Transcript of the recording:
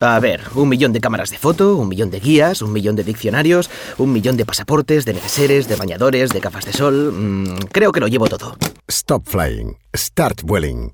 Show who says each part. Speaker 1: A ver, un millón de cámaras de foto, un millón de guías, un millón de diccionarios, un millón de pasaportes, de neceseres, de bañadores, de gafas de sol. Mm, creo que lo llevo todo.
Speaker 2: Stop flying. Start welling.